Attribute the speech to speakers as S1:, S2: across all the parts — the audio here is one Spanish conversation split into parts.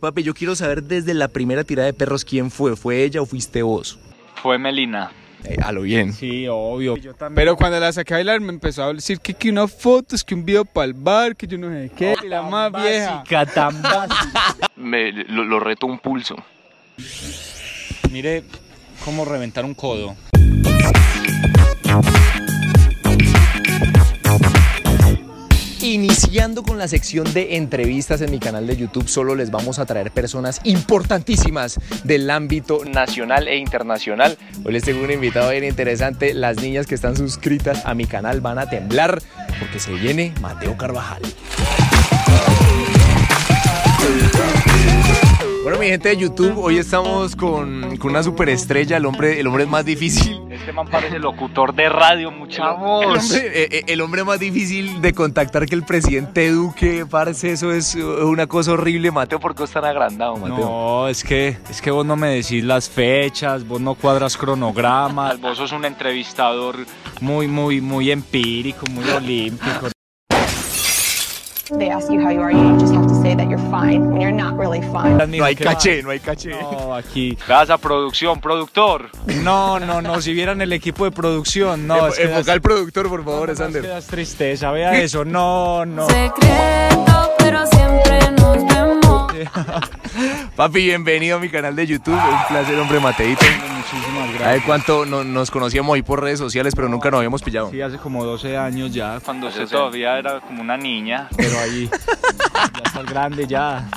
S1: Papi, yo quiero saber desde la primera tirada de perros quién fue. ¿Fue ella o fuiste vos?
S2: Fue Melina.
S1: Eh, a lo bien.
S3: Sí, obvio. Pero cuando la saqué a bailar me empezó a decir que, que unas fotos, que un video para el bar, que yo no sé qué. y la más vieja.
S4: Básica, tan básica.
S2: Me, lo, lo reto un pulso.
S5: Mire cómo reventar un codo.
S1: Iniciando con la sección de entrevistas en mi canal de YouTube, solo les vamos a traer personas importantísimas del ámbito nacional e internacional. Hoy les tengo un invitado bien interesante. Las niñas que están suscritas a mi canal van a temblar porque se viene Mateo Carvajal. Bueno, mi gente de YouTube, hoy estamos con, con una superestrella, el hombre, el hombre más difícil
S2: Este man parece locutor de radio,
S1: El
S2: muchachos.
S1: hombre, eh, eh, el hombre más difícil de contactar que el presidente Duque, parce, eso es eh, una cosa horrible, Mateo. ¿Por qué es tan agrandado, Mateo?
S4: No, es que, es que vos no me decís las fechas, vos no cuadras cronogramas,
S5: Vos sos un entrevistador.
S4: muy, muy, muy empírico, muy olímpico.
S6: They ask you how you are, you just have to say that you're fine when you're not really fine.
S4: No,
S1: hay caché, no hay caché. Em,
S4: No, aquí.
S2: Vas a producción, productor.
S4: No, no, no, si vieran el equipo de producción, no.
S1: Enfo-
S4: es que
S1: Enfoca
S4: das-
S1: al productor, por favor,
S4: no, es que
S1: Sander.
S4: das tristeza, vea eso. No, no.
S7: Secreto, pero siempre nos vemos.
S1: Papi, bienvenido a mi canal de YouTube. Un placer, hombre, Mateito.
S4: Muchísimas
S1: A ver
S4: gracias.
S1: cuánto no- nos conocíamos ahí por redes sociales, pero nunca nos habíamos pillado.
S4: Sí, hace como 12 años ya,
S2: Cuando usted todavía era como una niña.
S4: pero ahí. Ya estás grande, ya.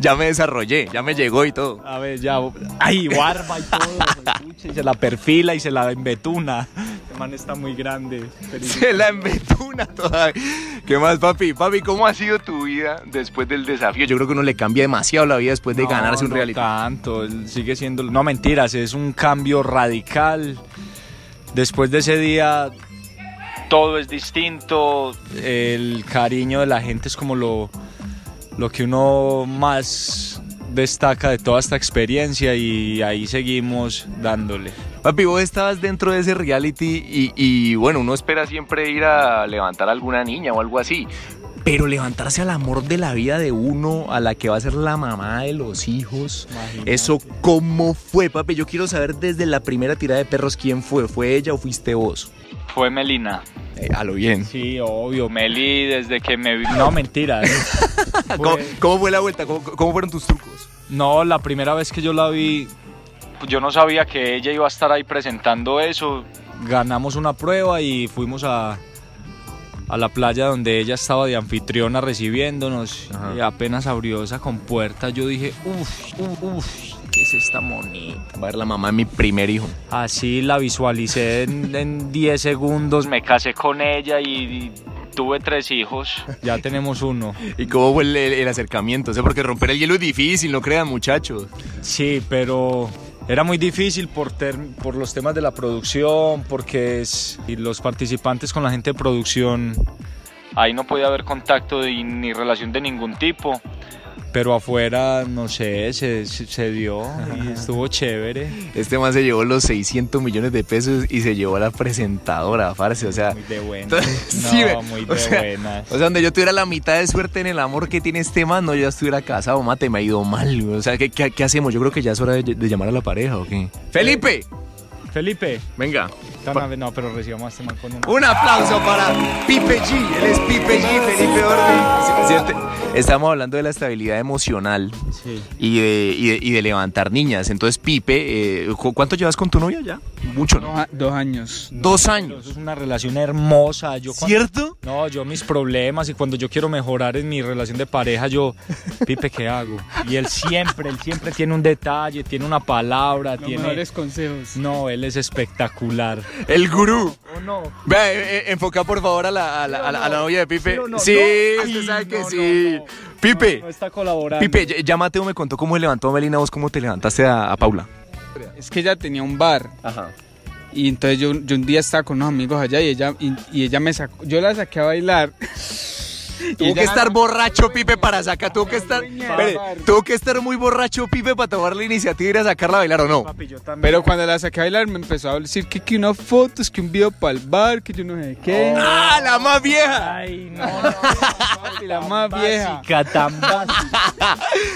S1: Ya me desarrollé, ya me llegó y todo.
S4: A ver, ya. Ay, barba y todo. pucha, y se la perfila y se la embetuna. Este man está muy grande.
S1: Se la embetuna todavía. ¿Qué más, papi? Papi, ¿cómo ha sido tu vida después del desafío? Yo creo que uno le cambia demasiado la vida después de
S4: No,
S1: ganarse un
S4: no
S1: reality.
S4: tanto, él sigue siendo. No mentiras, es un cambio radical. Después de ese día,
S2: Todo es distinto.
S4: el cariño de la gente es como lo, lo que uno más destaca de toda esta experiencia y ahí seguimos dándole.
S1: Papi, vos estabas dentro de ese reality y, y, bueno, uno espera siempre ir a levantar a alguna niña o algo así. Pero levantarse al amor de la vida de uno, a la que va a ser la mamá de los hijos. ¿Eso cómo fue, papi? Yo quiero saber desde la primera tirada de perros quién fue. ¿Fue ella o fuiste vos?
S2: Fue Melina.
S1: Eh, a lo bien.
S4: Sí, obvio.
S2: Meli, desde que me vi.
S4: No, mentiras.
S1: ¿Cómo, cómo fue la vuelta? ¿Cómo, cómo fueron tus trucos?
S4: No, la primera vez que yo la vi,
S2: Yo no sabía que ella iba a estar ahí presentando eso.
S4: ganamos una prueba y fuimos a, a la playa donde ella estaba de anfitriona recibiéndonos.
S1: Ajá.
S4: Y apenas abrió esa compuerta, yo dije, uff, uff, uff, ¿qué es esta monita?
S1: Va a ver la mamá de mi primer hijo.
S4: Así la visualicé en en 10 segundos.
S2: Me casé con ella y y tuve tres hijos.
S4: Ya tenemos uno.
S1: ¿Y cómo fue el, el- el acercamiento? O sea, porque romper el hielo es difícil, no crean, muchachos.
S4: Sí, pero era muy difícil por, ter- por los temas de la producción, porque es, y los participantes con la gente de producción,
S2: Ahí no podía haber contacto de- ni relación de ningún tipo.
S4: pero afuera, no sé, se, se- se dio y estuvo chévere.
S1: Este man se llevó los 600 millones de pesos y se llevó a la presentadora, parce. O sea,
S4: Muy de buena.
S1: entonces, sí,
S4: No,
S1: ve,
S4: muy
S1: o
S4: de
S1: sea,
S4: buenas.
S1: o sea, donde yo tuviera la mitad de suerte en el amor que tiene este man, no, yo ya estuviera casado, mate, me ha ido mal. güey. O sea, ¿qué, qué, qué hacemos? Yo creo que ya es hora de, de llamar a la pareja, ¿o qué? ¡Felipe!
S4: Felipe,
S1: Venga.
S4: tan ave- no, pero recibamos a este man con un...
S1: Un aplauso para Pipe G. Él es Pipe G, Felipe Orbe. Siente- Estamos hablando de la estabilidad emocional
S4: Sí,
S1: y de, y de- y de levantar niñas. Entonces, Pipe, eh, ¿cu- ¿cuánto llevas con tu novia ya? Mucho, ¿no?
S3: Dos, dos años.
S1: Dos
S4: pero eso
S1: años.
S4: es una relación hermosa. Yo cuando-
S1: ¿Cierto?
S4: No, yo mis problemas y cuando yo quiero mejorar en mi relación de pareja, yo, Pipe, ¿qué hago? Y él siempre, él siempre tiene un detalle, tiene una palabra,
S3: Los
S4: tiene...
S3: mejores consejos.
S4: No, él es espectacular.
S1: El gurú.
S4: ¿O no?
S1: Vea, eh, eh, enfoca por favor a la, a la- a la- a la novia de Pipe.
S4: ¿Sí o no?
S1: Sí,
S4: No.
S1: usted
S4: Ay,
S1: sabe que
S4: no,
S1: sí.
S4: no, no.
S1: Pipe,
S4: No, no está colaborando.
S1: Pipe, ya- ya Mateo me contó cómo se levantó a Melina, vos cómo te levantaste a, a Paula.
S3: Es que ella tenía un bar. Y entonces yo, yo un día estaba con unos amigos allá y ella, y, y ella me sacó. Yo la saqué a bailar.
S1: Tuvo que estar borracho Pipe para sacar, tuvo que estar, espere, tuvo que estar muy borracho Pipe para tomar la iniciativa y ir a sacarla a bailar o no.
S3: Papi, yo también. Pero cuando la saqué a bailar me empezó a decir que, que unas fotos, que un video para el bar, que yo no sé qué.
S1: ¡Ah, la más vieja!
S3: Ay, no, no, no, papi, Oh, la más vieja.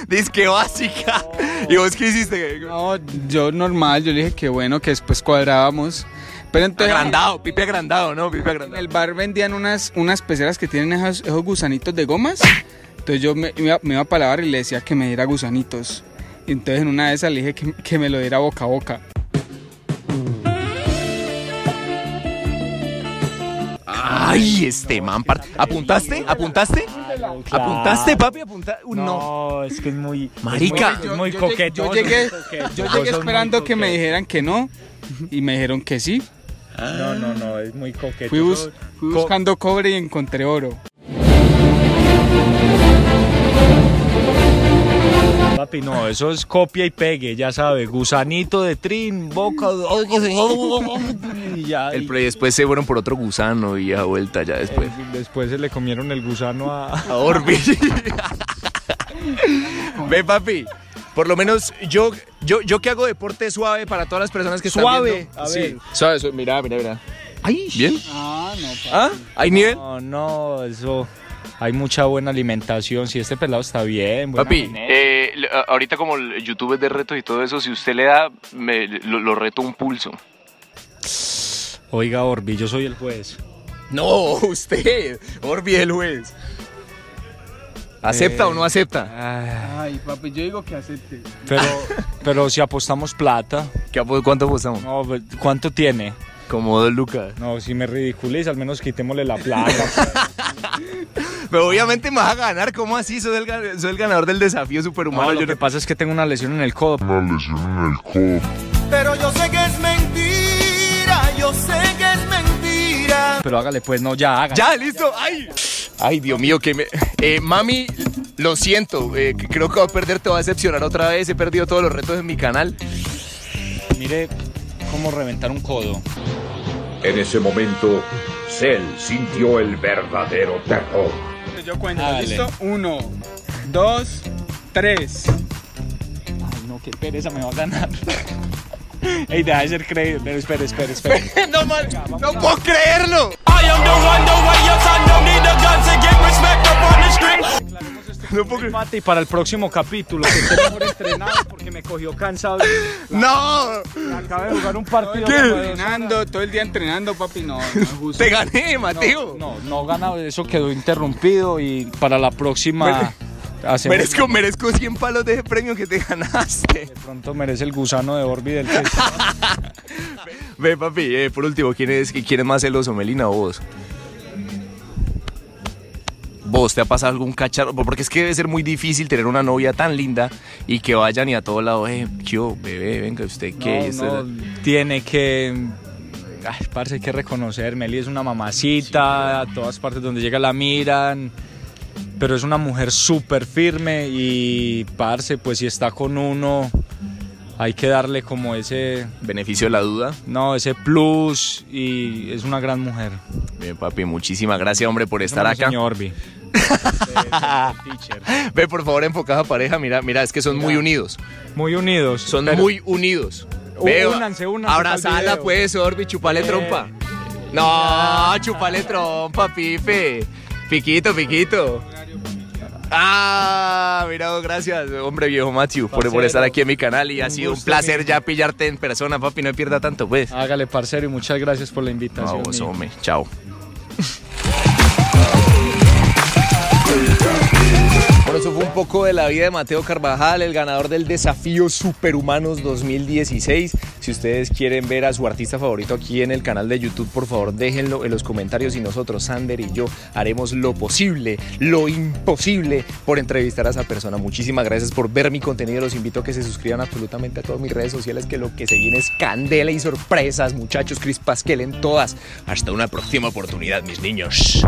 S1: Disque básica. ¿Y vos qué hiciste?
S3: No, yo normal, yo le dije que bueno, que después cuadrábamos. Pero entonces
S1: Agrandado, Pipe agrandado, ¿no? Pipe
S3: en
S1: agrandado.
S3: el bar vendían unas, unas peceras que tienen esos, esos gusanitos de gomas. Entonces yo me, me iba, me iba para la barra y le decía que me diera gusanitos. Y entonces en una de esas le dije que, que me lo diera boca a boca.
S1: Ay, este man. par- ¿Apuntaste? ¿Apuntaste? ¿Apuntaste, papi? ¿Apuntaste? No.
S8: No, es que es muy.
S1: Marica.
S8: Es muy
S3: Yo llegué-
S8: coquetón.
S3: Yo llegué, yo
S8: Vos
S3: llegué
S8: sos muy
S3: esperando que me
S8: coqueto.
S3: dijeran que no. Y me dijeron que sí.
S8: No, no, no, es muy coquetón.
S3: Fui, bus- fui buscando cobre y encontré oro.
S4: Papi, no, eso es copia y pegue, ya sabe. Gusanito de trin, boca. y ya.
S1: El
S4: y- eh,
S1: play después se fueron por otro gusano y a vuelta ya después.
S4: después se le comieron el gusano a.
S1: A Orbi. Ve, papi. Por lo menos yo, yo, yo que hago deporte suave para todas las personas que
S4: Suave,
S1: están viendo.
S4: a
S1: Sí,
S4: ver.
S1: Suave, suave. Mira, mira, mira. Ay, bien.
S3: Ah, no,
S1: ¿Ah? ¿Hay nivel?
S4: No, no, eso. Hay mucha buena alimentación. Si este pelado está bien, buena
S1: Papi,
S4: genética.
S2: Eh, l- a- ahorita como el YouTube es de retos y todo eso, si usted le da, me- lo, lo reto un pulso.
S4: Oiga, Orbi, yo soy el juez.
S1: No, usted. Orbi el juez.
S9: Eh,
S1: ¿Acepta o no acepta?
S4: Ah,
S3: Ay, papi, yo digo que acepte.
S4: Pero, pero si apostamos plata,
S9: ah,
S1: ¿Qué apo- ¿Cuánto apostamos?
S4: no, pues, ¿cuánto tiene?
S1: Como dos lucas.
S4: No, si me ridiculiza, al menos quitémosle la plata.
S1: Pero obviamente me vas a ganar. ¿Cómo así? Soy el, ga- soy el ganador del desafío superhumano.
S4: No,
S1: yo
S4: lo
S1: no-
S4: que pasa es que tengo una lesión en el codo.
S9: Pero yo sé que es mentira, yo sé que es mentira.
S4: Pero hágale pues, no, ya haga.
S1: Ya, listo. Ay, ay, Dios mío, que me. Eh, mami, lo siento. eh, que creo que voy a perder, te voy a decepcionar otra vez. He perdido todos los retos en mi canal.
S4: Mire cómo reventar un codo.
S10: En ese momento, Cell sintió el verdadero terror.
S3: Yo cuento,
S4: Dale.
S3: ¿listo? Ah, Uno, dos, tres.
S4: Ay, no, qué pereza, me va a ganar. Ey, deja de ser creído. Pero espere, espere, espere.
S1: no, man, no puedo creerlo.
S9: I am the one, the way your son don't need a gun to get respect up on the street.
S1: No puedo creer-
S4: Empate y para el próximo capítulo, que esté mejor entrenado porque me cogió cansado.
S1: No,
S4: Acaba de jugar un partido.
S3: Entrenando, todo el día entrenando, papi, no, no es justo.
S1: te gané, Mateo.
S4: No, no gana, eso quedó interrumpido y para la próxima hacemos-
S1: merezco, merezco 100 palos de ese premio que te ganaste.
S4: De pronto merece el gusano de Orbi del que
S1: Ve, papi, eh, por último, ¿quién es, quién es más celoso, Melina o vos? ¿Vos te ha pasado algún cacharro? Porque es que debe ser muy difícil tener una novia tan linda y que vayan y a todo lado, eh, yo, bebé, venga, usted qué. Esto es-
S4: No, no, tiene que. Ay, parce, hay que reconocer. Meli es una mamacita, a todas partes donde llega la miran. Pero es una mujer súper firme y, parce, pues si está con uno, hay que darle como ese.
S1: Beneficio de la duda.
S4: No, ese plus y es una gran mujer.
S1: Bien, papi, muchísimas gracias, hombre, por estar
S4: Bueno,
S1: acá.
S4: Señor Orbi.
S1: Ve, por favor, enfocada pareja, mira, mira, es que son muy unidos.
S4: Muy unidos.
S1: Son
S4: pero-
S1: muy unidos.
S4: U- únanse, únanse pa'l
S1: Abrazala,
S4: video. Eh.
S1: pues, Orbi, chupale trompa. No, chupale trompa, Pipe. Piquito, piquito. Ah, mira, gracias, hombre viejo Matthew, por, por
S4: Parcero,
S1: estar aquí en mi canal y ha
S4: un
S1: sido un
S4: gusto,
S1: placer
S4: mi-
S1: ya pillarte en persona, papi, no pierda tanto, pues.
S4: Hágale, parcero, y muchas gracias por la
S1: No,
S4: invitación.
S1: vos,
S4: y-
S1: hombre, chao. Bueno, eso fue un poco de la vida de Mateo Carvajal, el ganador del desafío Superhumanos 2016. Si ustedes quieren ver a su artista favorito aquí en el canal de YouTube, por favor déjenlo en los comentarios y nosotros, Sander y yo, haremos lo posible, lo imposible por entrevistar a esa persona. Muchísimas gracias por ver mi contenido. Los invito a que se suscriban absolutamente a todas mis redes sociales, que lo que se viene es candela y sorpresas, muchachos. Cris Pasquel en todas. Hasta una próxima oportunidad, mis niños.